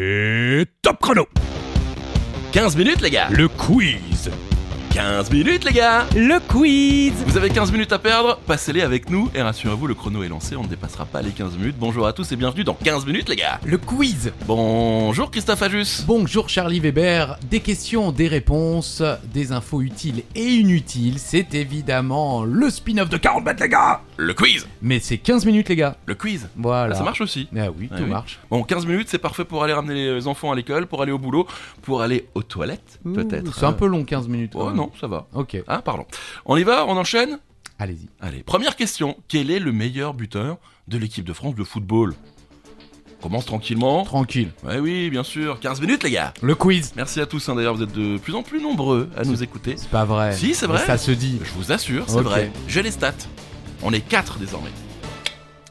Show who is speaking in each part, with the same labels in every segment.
Speaker 1: Et top chrono
Speaker 2: 15 minutes, les gars
Speaker 1: Le quiz
Speaker 2: 15 minutes, les gars
Speaker 3: Le quiz
Speaker 2: Vous avez 15 minutes à perdre, passez-les avec nous et rassurez-vous, le chrono est lancé, on ne dépassera pas les 15 minutes. Bonjour à tous et bienvenue dans 15 minutes, les gars
Speaker 3: Le quiz
Speaker 2: Bonjour Christophe Ajus
Speaker 3: Bonjour Charlie Weber, des questions, des réponses, des infos utiles et inutiles, c'est évidemment le spin-off de 40 mètres les gars
Speaker 2: Le quiz
Speaker 3: Mais c'est 15 minutes les gars,
Speaker 2: Le quiz
Speaker 3: voilà.
Speaker 2: Ça marche aussi
Speaker 3: Ah oui,
Speaker 2: Ah
Speaker 3: tout
Speaker 2: oui.
Speaker 3: marche.
Speaker 2: Bon, 15 minutes, c'est parfait pour aller ramener les enfants à l'école, pour aller au boulot, pour aller aux toilettes,
Speaker 3: Ouh,
Speaker 2: peut-être.
Speaker 3: C'est un peu long 15 minutes. quand
Speaker 2: Oh
Speaker 3: même.
Speaker 2: non, ça va.
Speaker 3: Ok,
Speaker 2: Ah, pardon. On y va, on enchaîne
Speaker 3: allez-y.
Speaker 2: Allez, première question. Quel est le meilleur buteur de l'équipe de France de football On Commence tranquillement.
Speaker 3: Tranquille.
Speaker 2: Ouais, oui, bien sûr. 15 minutes, les gars.
Speaker 3: Le quiz
Speaker 2: Merci à tous. hein, D'ailleurs, vous êtes de plus en plus nombreux à nous écouter.
Speaker 3: C'est pas vrai.
Speaker 2: Si, c'est
Speaker 3: Mais
Speaker 2: vrai.
Speaker 3: Ça se dit.
Speaker 2: Je vous assure, c'est
Speaker 3: Ok.
Speaker 2: vrai. J'ai les stats. On est 4 désormais.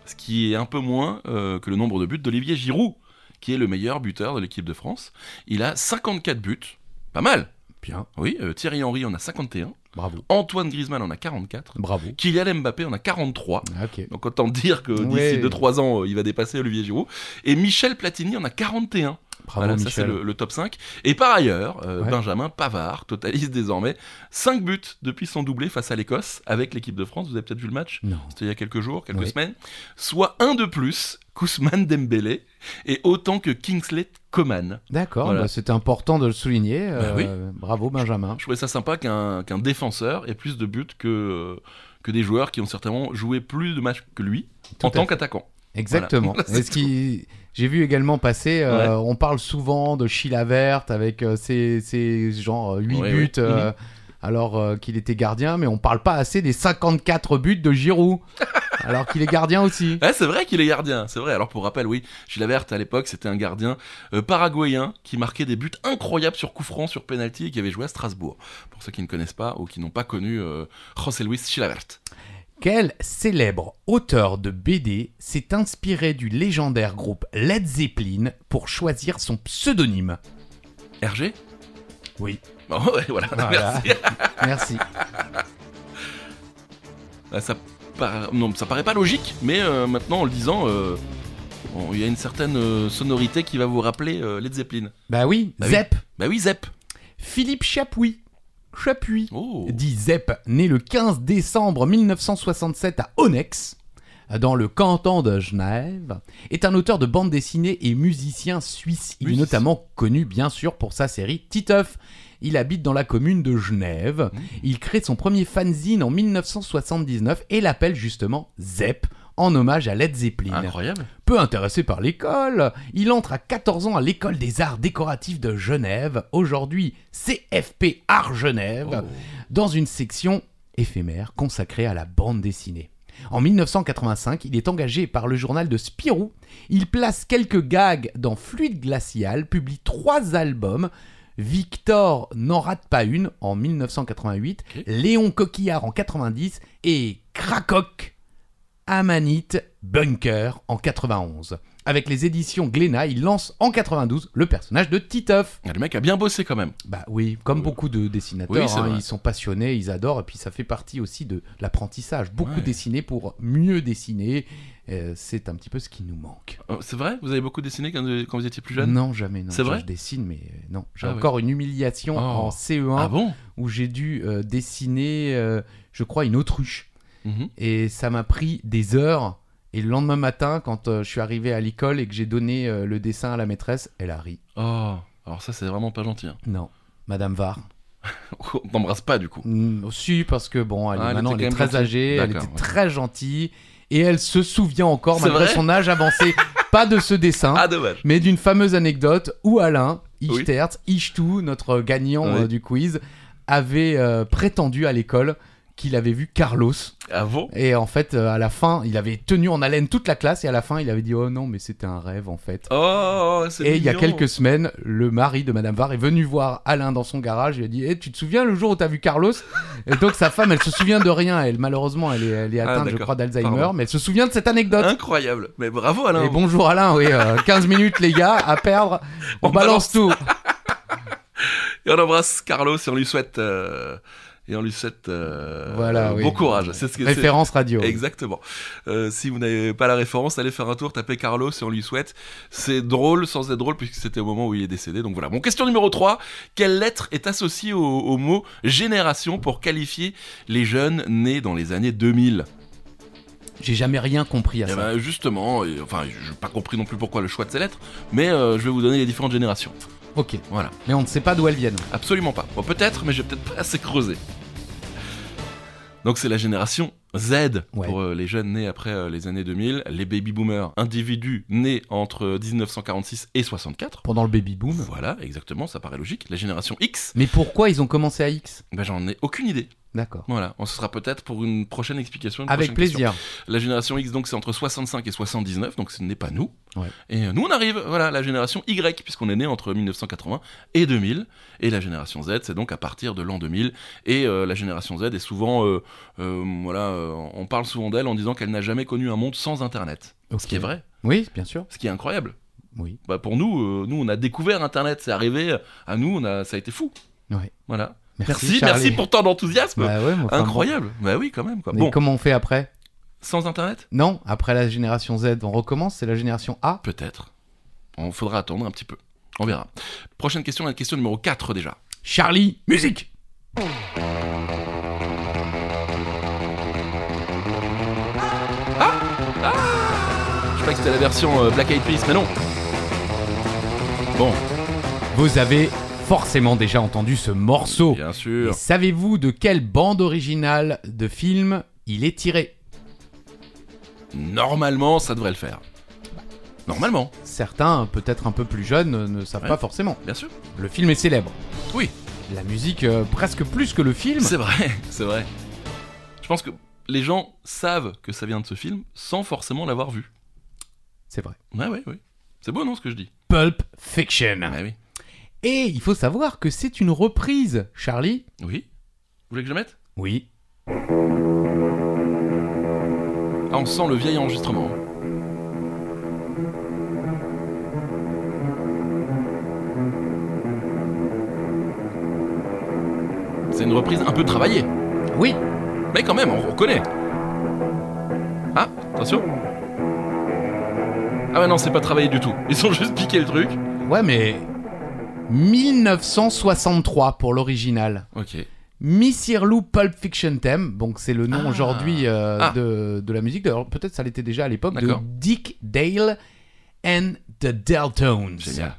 Speaker 2: Ce qui est un peu moins euh, que le nombre de buts d'Olivier Giroud, qui est le meilleur buteur de l'équipe de France. Il a 54 buts. Pas mal.
Speaker 3: Bien,
Speaker 2: Oui, euh, Thierry Henry en a 51.
Speaker 3: bravo.
Speaker 2: Antoine Griezmann en a 44.
Speaker 3: Bravo.
Speaker 2: Kylian Mbappé en a 43.
Speaker 3: Ok.
Speaker 2: Donc autant dire que
Speaker 3: Ouais.
Speaker 2: d'ici 2-3 ans, euh, il va dépasser Olivier Giroud. Et Michel Platini en a 41.
Speaker 3: Bravo
Speaker 2: voilà, ça c'est
Speaker 3: Ah Michel.
Speaker 2: le, le top 5. Et par ailleurs, euh,
Speaker 3: Ouais.
Speaker 2: Benjamin Pavard totalise désormais 5 buts depuis son doublé face à l'Écosse avec l'équipe de France. Vous avez peut-être vu le match
Speaker 3: Non.
Speaker 2: c'était il y a quelques jours, quelques
Speaker 3: Ouais.
Speaker 2: semaines, soit un de plus qu'Ousmane Dembélé et autant que Kingsley Coman.
Speaker 3: D'accord,
Speaker 2: Voilà.
Speaker 3: bah, c'était important de le souligner.
Speaker 2: Bah
Speaker 3: euh, Bravo Benjamin.
Speaker 2: Je trouvais ça sympa qu'un qu'un défenseur ait plus de buts que, euh, que des joueurs qui ont certainement joué plus de matchs que lui en
Speaker 3: à
Speaker 2: tant
Speaker 3: fait.
Speaker 2: qu'attaquant.
Speaker 3: Exactement.
Speaker 2: Voilà, c'est
Speaker 3: Est-ce qu'il- j'ai vu également passer, euh, on parle souvent de Sheila Vert avec euh, ses, ses, genre 8
Speaker 2: Ouais, Mhm.
Speaker 3: buts
Speaker 2: ouais.
Speaker 3: euh, alors euh, qu'il était gardien, mais on parle pas assez des 54 buts de Giroud alors qu'il est gardien aussi.
Speaker 2: Ouais, Ah, c'est vrai qu'il est gardien, c'est vrai. Alors pour rappel, oui, Gilavert à l'époque, c'était un gardien euh, paraguayen qui marquait des buts incroyables sur coup franc, sur penalty et qui avait joué à Strasbourg. Pour ceux qui ne connaissent pas ou qui n'ont pas connu euh, José Luis Gilavert.
Speaker 3: Quel célèbre auteur de BD s'est inspiré du légendaire groupe Led Zeppelin pour choisir son pseudonyme
Speaker 2: RG
Speaker 3: Oui.
Speaker 2: Bon, Oh, ouais, voilà.
Speaker 3: Voilà.
Speaker 2: Merci.
Speaker 3: Merci.
Speaker 2: Ah, ça, para- non, ça paraît pas logique, mais euh, maintenant en le disant, euh, bon, il y a une certaine euh, sonorité qui va vous rappeler euh, Led Zeppelin.
Speaker 3: Bah oui,
Speaker 2: Bah oui.
Speaker 3: Zepp.
Speaker 2: Bah oui, Zepp.
Speaker 3: Philippe Chapuis. Chapuis.
Speaker 2: Oh.
Speaker 3: dit Zepp, né le 15 décembre 1967 à Onex, dans le canton de Genève, est un auteur de bande dessinée et musicien suisse. Il est
Speaker 2: Musicien.
Speaker 3: notamment connu, bien sûr, pour sa série Titeuf. Il habite dans la commune de Genève.
Speaker 2: Mmh.
Speaker 3: Il crée son premier fanzine en 1979 et l'appelle justement Zepp, en hommage à Led Zeppelin.
Speaker 2: Incroyable.
Speaker 3: Peu intéressé par l'école, il entre à 14 ans à l'école des arts décoratifs de Genève, aujourd'hui CFP Art Genève,
Speaker 2: Oh.
Speaker 3: dans une section éphémère consacrée à la bande dessinée. En 1985, il est engagé par le journal de Spirou. Il place quelques gags dans Fluide Glacial, publie trois albums. Victor n'en rate pas une en 1988,
Speaker 2: Ok.
Speaker 3: Léon Coquillard en 90 et Krakoc Amanite Bunker en 91. Avec les éditions Glénat, il lance en 92 le personnage de Titeuf.
Speaker 2: Ah, Le mec a bien bossé quand même.
Speaker 3: Bah oui, comme
Speaker 2: Oui.
Speaker 3: beaucoup de dessinateurs,
Speaker 2: Oui, c'est
Speaker 3: hein,
Speaker 2: vrai.
Speaker 3: ils sont passionnés, ils adorent, et puis ça fait partie aussi de l'apprentissage. Beaucoup
Speaker 2: Ouais.
Speaker 3: dessiner pour mieux dessiner, euh, c'est un petit peu ce qui nous manque.
Speaker 2: Euh, C'est vrai Vous avez beaucoup dessiné quand, quand vous étiez plus jeune
Speaker 3: Non, jamais, non.
Speaker 2: C'est
Speaker 3: Je-
Speaker 2: vrai
Speaker 3: Je dessine, mais euh, non. J'ai
Speaker 2: Ah oui.
Speaker 3: encore une humiliation
Speaker 2: Oh.
Speaker 3: en CE1
Speaker 2: Ah bon
Speaker 3: où j'ai dû euh, dessiner, euh, je crois, une autruche.
Speaker 2: Mhm.
Speaker 3: Et ça m'a pris des heures. Et le lendemain matin, quand euh, je suis arrivé à l'école et que j'ai donné euh, le dessin à la maîtresse, elle a ri.
Speaker 2: Oh, alors ça, c'est vraiment pas gentil. hein.
Speaker 3: Non. Madame Var.
Speaker 2: On t'embrasse pas du coup.
Speaker 3: Mm, aussi parce que bon, elle, est-
Speaker 2: Ah, elle
Speaker 3: maintenant
Speaker 2: était
Speaker 3: elle est
Speaker 2: quand
Speaker 3: très
Speaker 2: même gentille.
Speaker 3: âgée, elle était
Speaker 2: D'accord, ouais.
Speaker 3: très gentille et elle se souvient encore
Speaker 2: C'est
Speaker 3: malgré
Speaker 2: vrai
Speaker 3: son âge avancé, pas de ce dessin,
Speaker 2: Ah, dommage.
Speaker 3: mais d'une fameuse anecdote où Alain
Speaker 2: Oui.
Speaker 3: Ichtert, Ichtou, notre gagnant
Speaker 2: Ouais.
Speaker 3: euh, du quiz, avait euh, prétendu à l'école qu'il avait vu Carlos
Speaker 2: Ah bon
Speaker 3: Et en fait, euh, à la fin, il avait tenu en haleine toute la classe et à la fin, il avait dit Oh non, mais c'était un rêve en fait.
Speaker 2: Oh, c'est
Speaker 3: Et il y a
Speaker 2: mignon.
Speaker 3: quelques semaines, le mari de Madame Var est venu voir Alain dans son garage et lui a dit Eh, Tu te souviens le jour où t'as vu Carlos Et donc sa femme, elle se souvient de rien. Elle, malheureusement, elle est, elle est
Speaker 2: Ah,
Speaker 3: atteinte, je
Speaker 2: d'accord.
Speaker 3: crois, d'Alzheimer,
Speaker 2: Pardon. Ah,
Speaker 3: mais elle se souvient de cette anecdote.
Speaker 2: Incroyable. Mais bravo Alain.
Speaker 3: et bonjour Alain, oui, euh, 15 minutes les gars à perdre. On,
Speaker 2: On
Speaker 3: balance, tout.
Speaker 2: Et on embrasse Carlos et on lui souhaite euh, et on lui souhaite euh,
Speaker 3: Voilà,
Speaker 2: euh,
Speaker 3: oui.
Speaker 2: bon courage. C'est ce que c'est-
Speaker 3: Référence radio.
Speaker 2: Exactement. Euh, si vous n'avez pas la référence, allez faire un tour, tapez Carlos et on lui souhaite. C'est drôle sans être drôle puisque c'était au moment où il est décédé. Donc voilà. Bon, question numéro 3. Quelle lettre est associée au, au mot génération pour qualifier les jeunes nés dans les années 2000
Speaker 3: J'ai jamais rien compris à
Speaker 2: Eh
Speaker 3: ça.
Speaker 2: ben, Justement, et- enfin, je n'ai pas compris non plus pourquoi le choix de ces lettres, mais euh, je vais vous donner les différentes générations.
Speaker 3: Ok,
Speaker 2: Voilà.
Speaker 3: mais on ne sait pas d'où elles viennent.
Speaker 2: Absolument pas. Bon, peut-être, mais j'ai peut-être pas assez creusé. Donc c'est la génération Z
Speaker 3: Ouais.
Speaker 2: pour euh, les jeunes nés après euh, les années 2000, les baby boomers, individus nés entre 1946 et 64.
Speaker 3: Pendant le baby boom.
Speaker 2: Voilà, exactement, ça paraît logique. La génération X,
Speaker 3: Mais pourquoi ils ont commencé à X
Speaker 2: ben j'en ai aucune idée.
Speaker 3: D'accord.
Speaker 2: Voilà, on se sera peut-être pour une prochaine explication. une
Speaker 3: Avec
Speaker 2: prochaine question.
Speaker 3: plaisir.
Speaker 2: La génération X, donc, c'est entre 65 et 79, donc ce n'est pas nous.
Speaker 3: Ouais.
Speaker 2: Et euh, nous, on arrive, voilà, à la génération Y, puisqu'on est né entre 1980 et 2000. Et la génération Z, c'est donc à partir de l'an 2000. Et euh, la génération Z est souvent, euh, euh, voilà, euh, on parle souvent d'elle en disant qu'elle n'a jamais connu un monde sans Internet.
Speaker 3: Ok.
Speaker 2: Ce qui est vrai,
Speaker 3: Oui, bien sûr.
Speaker 2: ce qui est incroyable.
Speaker 3: Oui.
Speaker 2: Bah, pour nous, euh, nous, on a découvert Internet, c'est arrivé à nous, on a, ça a été fou.
Speaker 3: Ouais.
Speaker 2: Voilà.
Speaker 3: Merci,
Speaker 2: Merci, merci pour tant d'enthousiasme.
Speaker 3: Bah ouais, mais enfin,
Speaker 2: Incroyable. Bah oui, quand même. Quoi.
Speaker 3: bon. Mais
Speaker 2: Bon,
Speaker 3: comment on fait après
Speaker 2: sans Internet
Speaker 3: Non, après la génération Z, on recommence, c'est la génération A.
Speaker 2: Peut-être. On faudra attendre un petit peu. On verra. Prochaine question, la question numéro 4 déjà.
Speaker 3: Charlie, musique
Speaker 2: Je crois que c'était la version euh, Black Eyed Peas, mais non. Bon,
Speaker 3: Vous avez forcément déjà entendu ce morceau.
Speaker 2: bien
Speaker 3: Et
Speaker 2: sûr.
Speaker 3: savez-vous de quelle bande originale de film il est tiré
Speaker 2: Normalement, ça devrait le faire. Normalement,
Speaker 3: Certains, peut-être un peu plus jeunes, ne- ne savent
Speaker 2: Ouais.
Speaker 3: pas forcément.
Speaker 2: bien sûr.
Speaker 3: Le film est célèbre.
Speaker 2: Oui.
Speaker 3: La musique, euh, presque plus que le film.
Speaker 2: C'est vrai, c'est vrai. Je pense que les gens savent que ça vient de ce film sans forcément l'avoir vu.
Speaker 3: C'est vrai.
Speaker 2: Ouais, ouais, oui. C'est beau, non, ce que je dis
Speaker 3: Pulp Fiction.
Speaker 2: Ouais, oui.
Speaker 3: Et il faut savoir que c'est une reprise, Charlie.
Speaker 2: Oui Vous voulez que je le mette
Speaker 3: Oui.
Speaker 2: Ah, on sent le vieil enregistrement. C'est une reprise un peu travaillée,
Speaker 3: Oui.
Speaker 2: mais quand même, on reconnaît. Ah, attention. Ah ouais, non, c'est pas travaillé du tout. Ils ont juste piqué le truc.
Speaker 3: Ouais, mais 1963 pour l'original.
Speaker 2: Ok.
Speaker 3: Missirlou Pulp Fiction Theme, donc c'est le nom
Speaker 2: Ah.
Speaker 3: aujourd'hui euh,
Speaker 2: Ah.
Speaker 3: de, de la musique. D'ailleurs, peut-être ça l'était déjà à l'époque de
Speaker 2: D'accord.
Speaker 3: Dick Dale and the Deltones.
Speaker 2: Génial.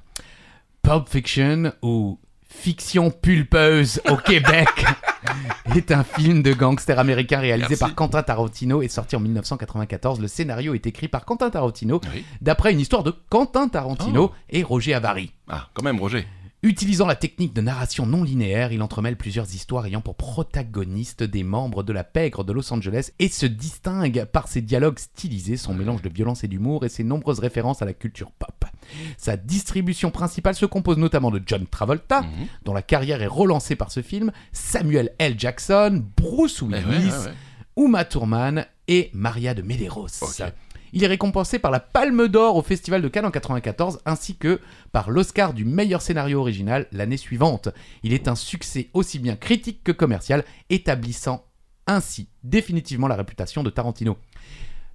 Speaker 3: Pulp Fiction ou Fiction pulpeuse au Québec est un film de gangster américain réalisé
Speaker 2: Merci.
Speaker 3: par Quentin Tarantino et sorti en 1994. Le scénario est écrit par Quentin Tarantino
Speaker 2: Oui.
Speaker 3: d'après une histoire de Quentin
Speaker 2: Oh.
Speaker 3: Tarantino et Roger Avary.
Speaker 2: Ah, quand même, Roger.
Speaker 3: Utilisant la technique de narration non linéaire, il entremêle plusieurs histoires ayant pour protagonistes des membres de la pègre de Los Angeles et se distingue par ses dialogues stylisés, son mélange de violence et d'humour et ses nombreuses références à la culture pop. Sa distribution principale se compose notamment de John Travolta,
Speaker 2: Mhm.
Speaker 3: dont la carrière est relancée par ce film, Samuel L. Jackson, Bruce
Speaker 2: Eh
Speaker 3: Willis,
Speaker 2: ouais, ouais, ouais.
Speaker 3: Uma Thurman et Maria de Medeiros.
Speaker 2: Ok.
Speaker 3: Il est récompensé par la Palme d'Or au Festival de Cannes en 1994 ainsi que par l'Oscar du meilleur scénario original l'année suivante. Il est un succès aussi bien critique que commercial, établissant ainsi définitivement la réputation de Tarantino.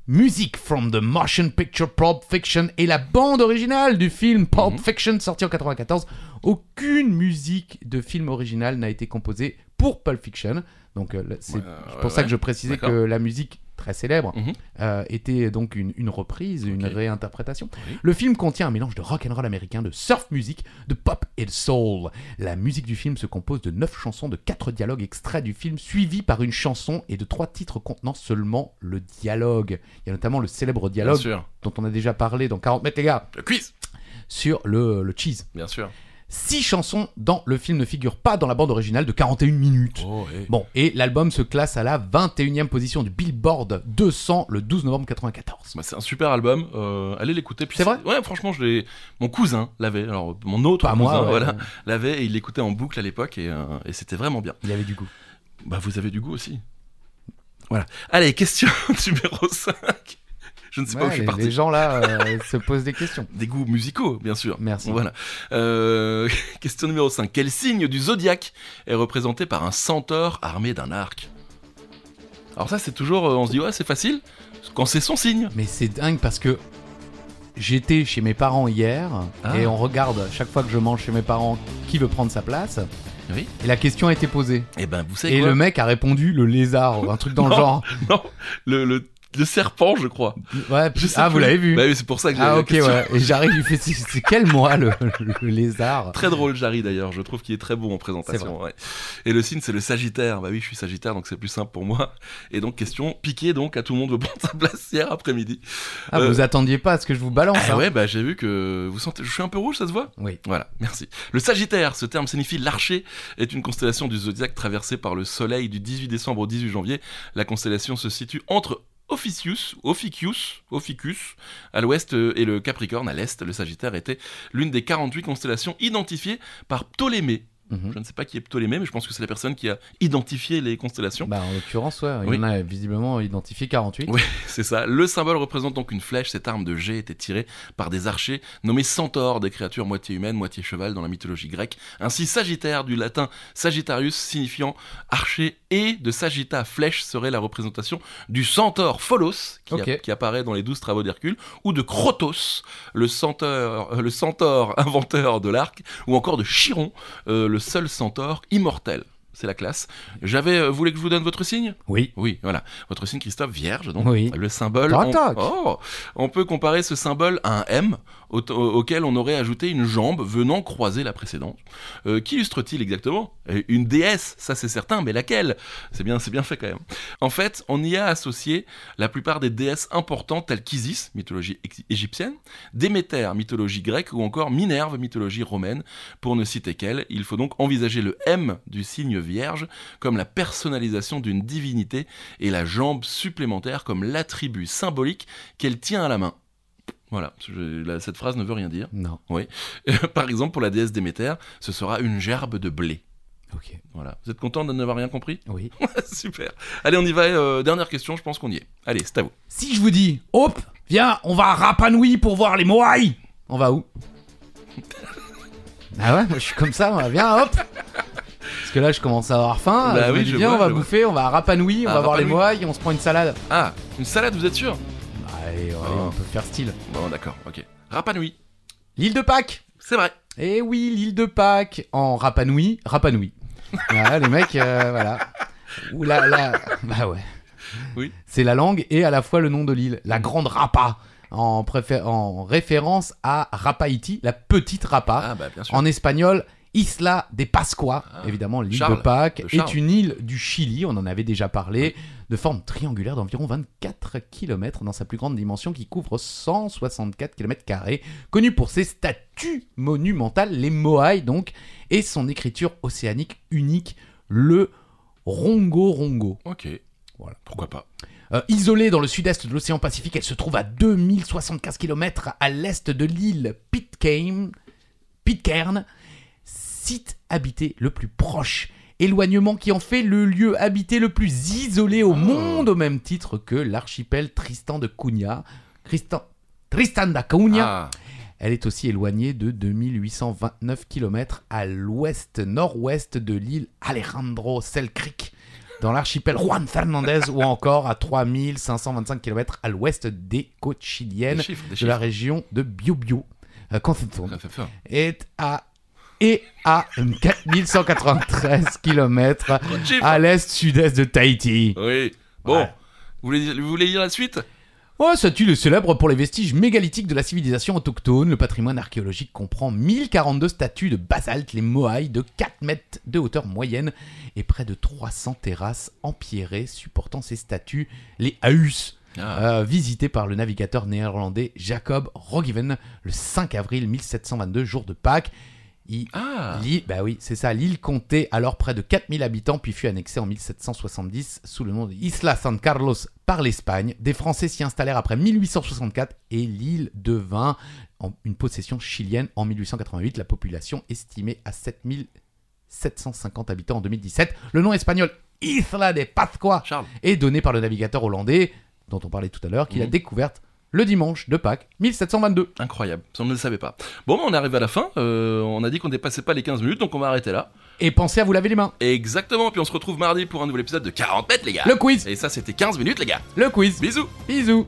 Speaker 3: Musique from the Motion Picture Pulp Fiction et la bande originale du film Pulp
Speaker 2: Mhm.
Speaker 3: Fiction sorti en 1994. Aucune musique de film original n'a été composée pour Pulp Fiction. Donc euh, là, c'est
Speaker 2: Ouais,
Speaker 3: c'est
Speaker 2: ouais,
Speaker 3: pour ça
Speaker 2: ouais.
Speaker 3: que je précisais
Speaker 2: D'accord.
Speaker 3: que la musique très célèbre
Speaker 2: Mhm.
Speaker 3: euh, était donc une, une reprise, une
Speaker 2: Ok.
Speaker 3: réinterprétation.
Speaker 2: Oui.
Speaker 3: Le film contient un mélange de rock and roll américain, de surf music, de pop et de soul. La musique du film se compose de 9 chansons, de 4 dialogues extraits du film, suivis par une chanson et de 3 titres contenant seulement le dialogue. Il y a notamment le célèbre
Speaker 2: Bien
Speaker 3: dialogue
Speaker 2: sûr.
Speaker 3: dont on a déjà parlé dans 40 mètres les gars,
Speaker 2: Le quiz,
Speaker 3: sur le, le cheese.
Speaker 2: bien sûr.
Speaker 3: 6 chansons dans le film ne figurent pas dans la bande originale de 41 minutes.
Speaker 2: Oh, eh.
Speaker 3: Bon, et l'album se classe à la 21e position du Billboard 200 le 12 novembre 94.
Speaker 2: Bah, c'est un super album, euh, allez l'écouter. Puis
Speaker 3: C'est vrai
Speaker 2: Ouais, franchement, je l'ai- mon cousin l'avait, alors mon autre
Speaker 3: Pas
Speaker 2: cousin,
Speaker 3: moi, ouais.
Speaker 2: voilà, l'avait et il l'écoutait en boucle à l'époque et, euh, et c'était vraiment bien.
Speaker 3: Il y avait du goût.
Speaker 2: Bah, vous avez du goût aussi. Voilà. Allez, question numéro 5. Je ne sais
Speaker 3: Ouais,
Speaker 2: pas où je suis
Speaker 3: les-
Speaker 2: parti.
Speaker 3: Les gens là euh, se posent des questions.
Speaker 2: Des goûts musicaux, bien sûr.
Speaker 3: Merci.
Speaker 2: Voilà. Euh, question numéro 5. Quel signe du zodiaque est représenté par un centaure armé d'un arc Alors, ça, c'est toujours. euh, On se dit, ouais, c'est facile. Quand c'est son signe.
Speaker 3: Mais c'est dingue parce que j'étais chez mes parents hier
Speaker 2: Ah.
Speaker 3: et on regarde chaque fois que je mange chez mes parents qui veut prendre sa place.
Speaker 2: Oui.
Speaker 3: Et la question a été posée.
Speaker 2: Et ben, vous savez
Speaker 3: Et
Speaker 2: quoi
Speaker 3: le mec a répondu le lézard, ou un truc dans le
Speaker 2: Non.
Speaker 3: genre.
Speaker 2: Non, le, le, le serpent, je crois.
Speaker 3: Ouais,
Speaker 2: Je sais
Speaker 3: ah, vous
Speaker 2: plus.
Speaker 3: l'avez vu
Speaker 2: Bah oui, c'est pour ça que j'ai
Speaker 3: Ah,
Speaker 2: la
Speaker 3: ok,
Speaker 2: question.
Speaker 3: ouais. Et j'arrive, il fait c'est c'est quel mois le, le lézard
Speaker 2: Très drôle, Jarry d'ailleurs. Je trouve qu'il est très bon en présentation. ouais. Et le signe, c'est le Sagittaire. Bah oui, je suis Sagittaire, donc c'est plus simple pour moi. Et donc, question piquée, donc à tout le monde veut prendre sa place hier après-midi.
Speaker 3: Ah,
Speaker 2: Euh,
Speaker 3: vous attendiez pas à ce que je vous balance
Speaker 2: Ah
Speaker 3: hein
Speaker 2: ouais, bah j'ai vu que vous sentez. Je suis un peu rouge, ça se voit
Speaker 3: Oui.
Speaker 2: Voilà, merci. Le Sagittaire, ce terme signifie l'archer, est une constellation du zodiaque traversée par le Soleil du 18 décembre au 18 janvier. La constellation se situe entre Officius, Officius, Officus, à l'ouest euh, et le Capricorne à l'est. Le Sagittaire était l'une des 48 constellations identifiées par Ptolémée.
Speaker 3: Mhm.
Speaker 2: Je ne sais pas qui est Ptolémée, mais je pense que c'est la personne qui a identifié les constellations.
Speaker 3: Bah, en l'occurrence, ouais, il
Speaker 2: Oui.
Speaker 3: y en a visiblement identifié 48.
Speaker 2: Oui, c'est ça. Le symbole représente donc une flèche. Cette arme de jet était tirée par des archers nommés centaures, des créatures moitié humaines, moitié cheval dans la mythologie grecque. Ainsi, Sagittaire, du latin Sagittarius, signifiant archer, et de Sagitta, flèche, serait la représentation du centaure Pholos, qui, a-
Speaker 3: Ok.
Speaker 2: qui apparaît dans les douze travaux d'Hercule, ou de Crotos, le centaure, euh, le centaure inventeur de l'arc, ou encore de Chiron, euh, le seul centaure immortel. C'est la classe. J'avais. euh, Vous voulez que je vous donne votre signe
Speaker 3: Oui.
Speaker 2: oui, voilà. Votre signe Christophe, vierge, donc
Speaker 3: Oui.
Speaker 2: le symbole.
Speaker 3: Toc,
Speaker 2: on...
Speaker 3: toc.
Speaker 2: Oh on peut comparer ce symbole à un M au- au- auquel on aurait ajouté une jambe venant croiser la précédente. Euh, Qu'illustre-t-il exactement Euh, Une déesse, ça c'est certain, mais laquelle C'est bien, c'est bien fait quand même. En fait, on y a associé la plupart des déesses importantes telles qu'Isis, mythologie ex- égyptienne, Déméter, mythologie grecque, ou encore Minerve, mythologie romaine, pour ne citer qu'elle. Il faut donc envisager le M du signe vierge comme la personnalisation d'une divinité et la jambe supplémentaire comme l'attribut symbolique qu'elle tient à la main. Voilà, je- là, cette phrase ne veut rien dire.
Speaker 3: Non.
Speaker 2: Par exemple, pour la déesse Déméter, ce sera une gerbe de blé.
Speaker 3: Ok.
Speaker 2: Voilà. Vous êtes content de n'avoir rien compris
Speaker 3: Oui.
Speaker 2: Super. Allez, on y va. euh, dernière question, je pense qu'on y est. Allez, c'est à vous.
Speaker 3: Si je vous dis, hop, viens, on va à Rapanoui pour voir les Moai On va où Ah ouais, moi je suis comme ça, moi. viens, hop Parce que là, je commence à avoir faim.
Speaker 2: Bah
Speaker 3: je me
Speaker 2: oui,
Speaker 3: dis,
Speaker 2: je
Speaker 3: viens,
Speaker 2: vois,
Speaker 3: on va
Speaker 2: je vois.
Speaker 3: bouffer, on va à Rapanoui, on
Speaker 2: Ah,
Speaker 3: va voir les
Speaker 2: Rapa
Speaker 3: Moai, on se prend une salade.
Speaker 2: Ah, une salade, vous êtes sûr
Speaker 3: Allez, allez,
Speaker 2: Ah.
Speaker 3: on peut faire style.
Speaker 2: Bon, d'accord, ok. Rapanui,
Speaker 3: L'île de Pâques
Speaker 2: c'est vrai.
Speaker 3: Eh oui, l'île de Pâques en Rapanoui, Rapanoui. voilà, les mecs, euh, voilà. Ouh là là, bah ouais.
Speaker 2: Oui.
Speaker 3: C'est la langue et à la fois le nom de l'île, la grande Rapa, en, préfé- en référence à Rapaiti, la petite Rapa.
Speaker 2: Ah, bah, bien sûr.
Speaker 3: en espagnol, Isla de Pascua.
Speaker 2: Ah.
Speaker 3: Évidemment, l'île de
Speaker 2: Charles,
Speaker 3: Pâques
Speaker 2: de Charles.
Speaker 3: est une île du Chili, on en avait déjà parlé, de forme triangulaire d'environ 24 km dans sa plus grande dimension qui couvre 164 km, connue pour ses statues monumentales, les Moai donc, et son écriture océanique unique, le Rongo Rongo.
Speaker 2: Ok.
Speaker 3: Voilà.
Speaker 2: Pourquoi pas
Speaker 3: Euh, isolée dans le sud-est de l'océan Pacifique, elle se trouve à 2075 km à l'est de l'île Pitcairn, Pitcairn, site habité le plus proche. Éloignement qui en fait le lieu habité le plus isolé au monde, au même titre que l'archipel Tristan de Cunha. Tristan, Tristan da Cunha.
Speaker 2: Ah,
Speaker 3: Elle est aussi éloignée de 2829 km à l'ouest-nord-ouest de l'île Alejandro Selkirk, dans l'archipel Juan Fernandez, ou encore à 3525 km à l'ouest des côtes
Speaker 2: des
Speaker 3: chiliennes
Speaker 2: chiffres, des
Speaker 3: de la
Speaker 2: chiffres.
Speaker 3: région de Biobio. Euh, Concepción
Speaker 2: Ça fait peur.
Speaker 3: est à et à 4193 km
Speaker 2: Trop de chiffres.
Speaker 3: à l'est-sud-est de Tahiti.
Speaker 2: Oui. Bon.
Speaker 3: Ah. Ouais.
Speaker 2: Vous, voulez, dire- vous voulez lire la suite
Speaker 3: Oh, cette île est célèbre pour les vestiges mégalithiques de la civilisation autochtone. Le patrimoine archéologique comprend 1042 statues de basalte, les Moai, de 4 mètres de hauteur moyenne, et près de 300 terrasses empierrées supportant ces statues, les Aus,
Speaker 2: Ah,
Speaker 3: euh, visitées par le navigateur néerlandais Jacob Rogiven le 5 avril 1722, jour de Pâques. Il-
Speaker 2: Ah.
Speaker 3: L'île, bah oui, c'est ça. L'île comptait alors près de 4000 habitants, puis fut annexée en 1770 sous le nom de Isla San Carlos par l'Espagne. Des Français s'y installèrent après 1864 et l'île devint en- une possession chilienne en 1888. La population estimée à 7750 habitants en 2017. Le nom espagnol Isla de Pascua
Speaker 2: Charles.
Speaker 3: est donné par le navigateur hollandais dont on parlait tout à l'heure, qu'il a
Speaker 2: Mhm.
Speaker 3: découverte le dimanche de Pâques 1722.
Speaker 2: Incroyable, ça on ne le savait pas. Bon, ben, on arrive à la fin, Euh, on a dit qu'on dépassait pas les 15 minutes, donc on va arrêter là.
Speaker 3: Et pensez à vous laver les mains.
Speaker 2: Exactement, puis on se retrouve mardi pour un nouvel épisode de 40 mètres, les gars.
Speaker 3: Le quiz,
Speaker 2: Et ça, c'était 15 minutes, les gars.
Speaker 3: le quiz.
Speaker 2: Bisous
Speaker 3: Bisous.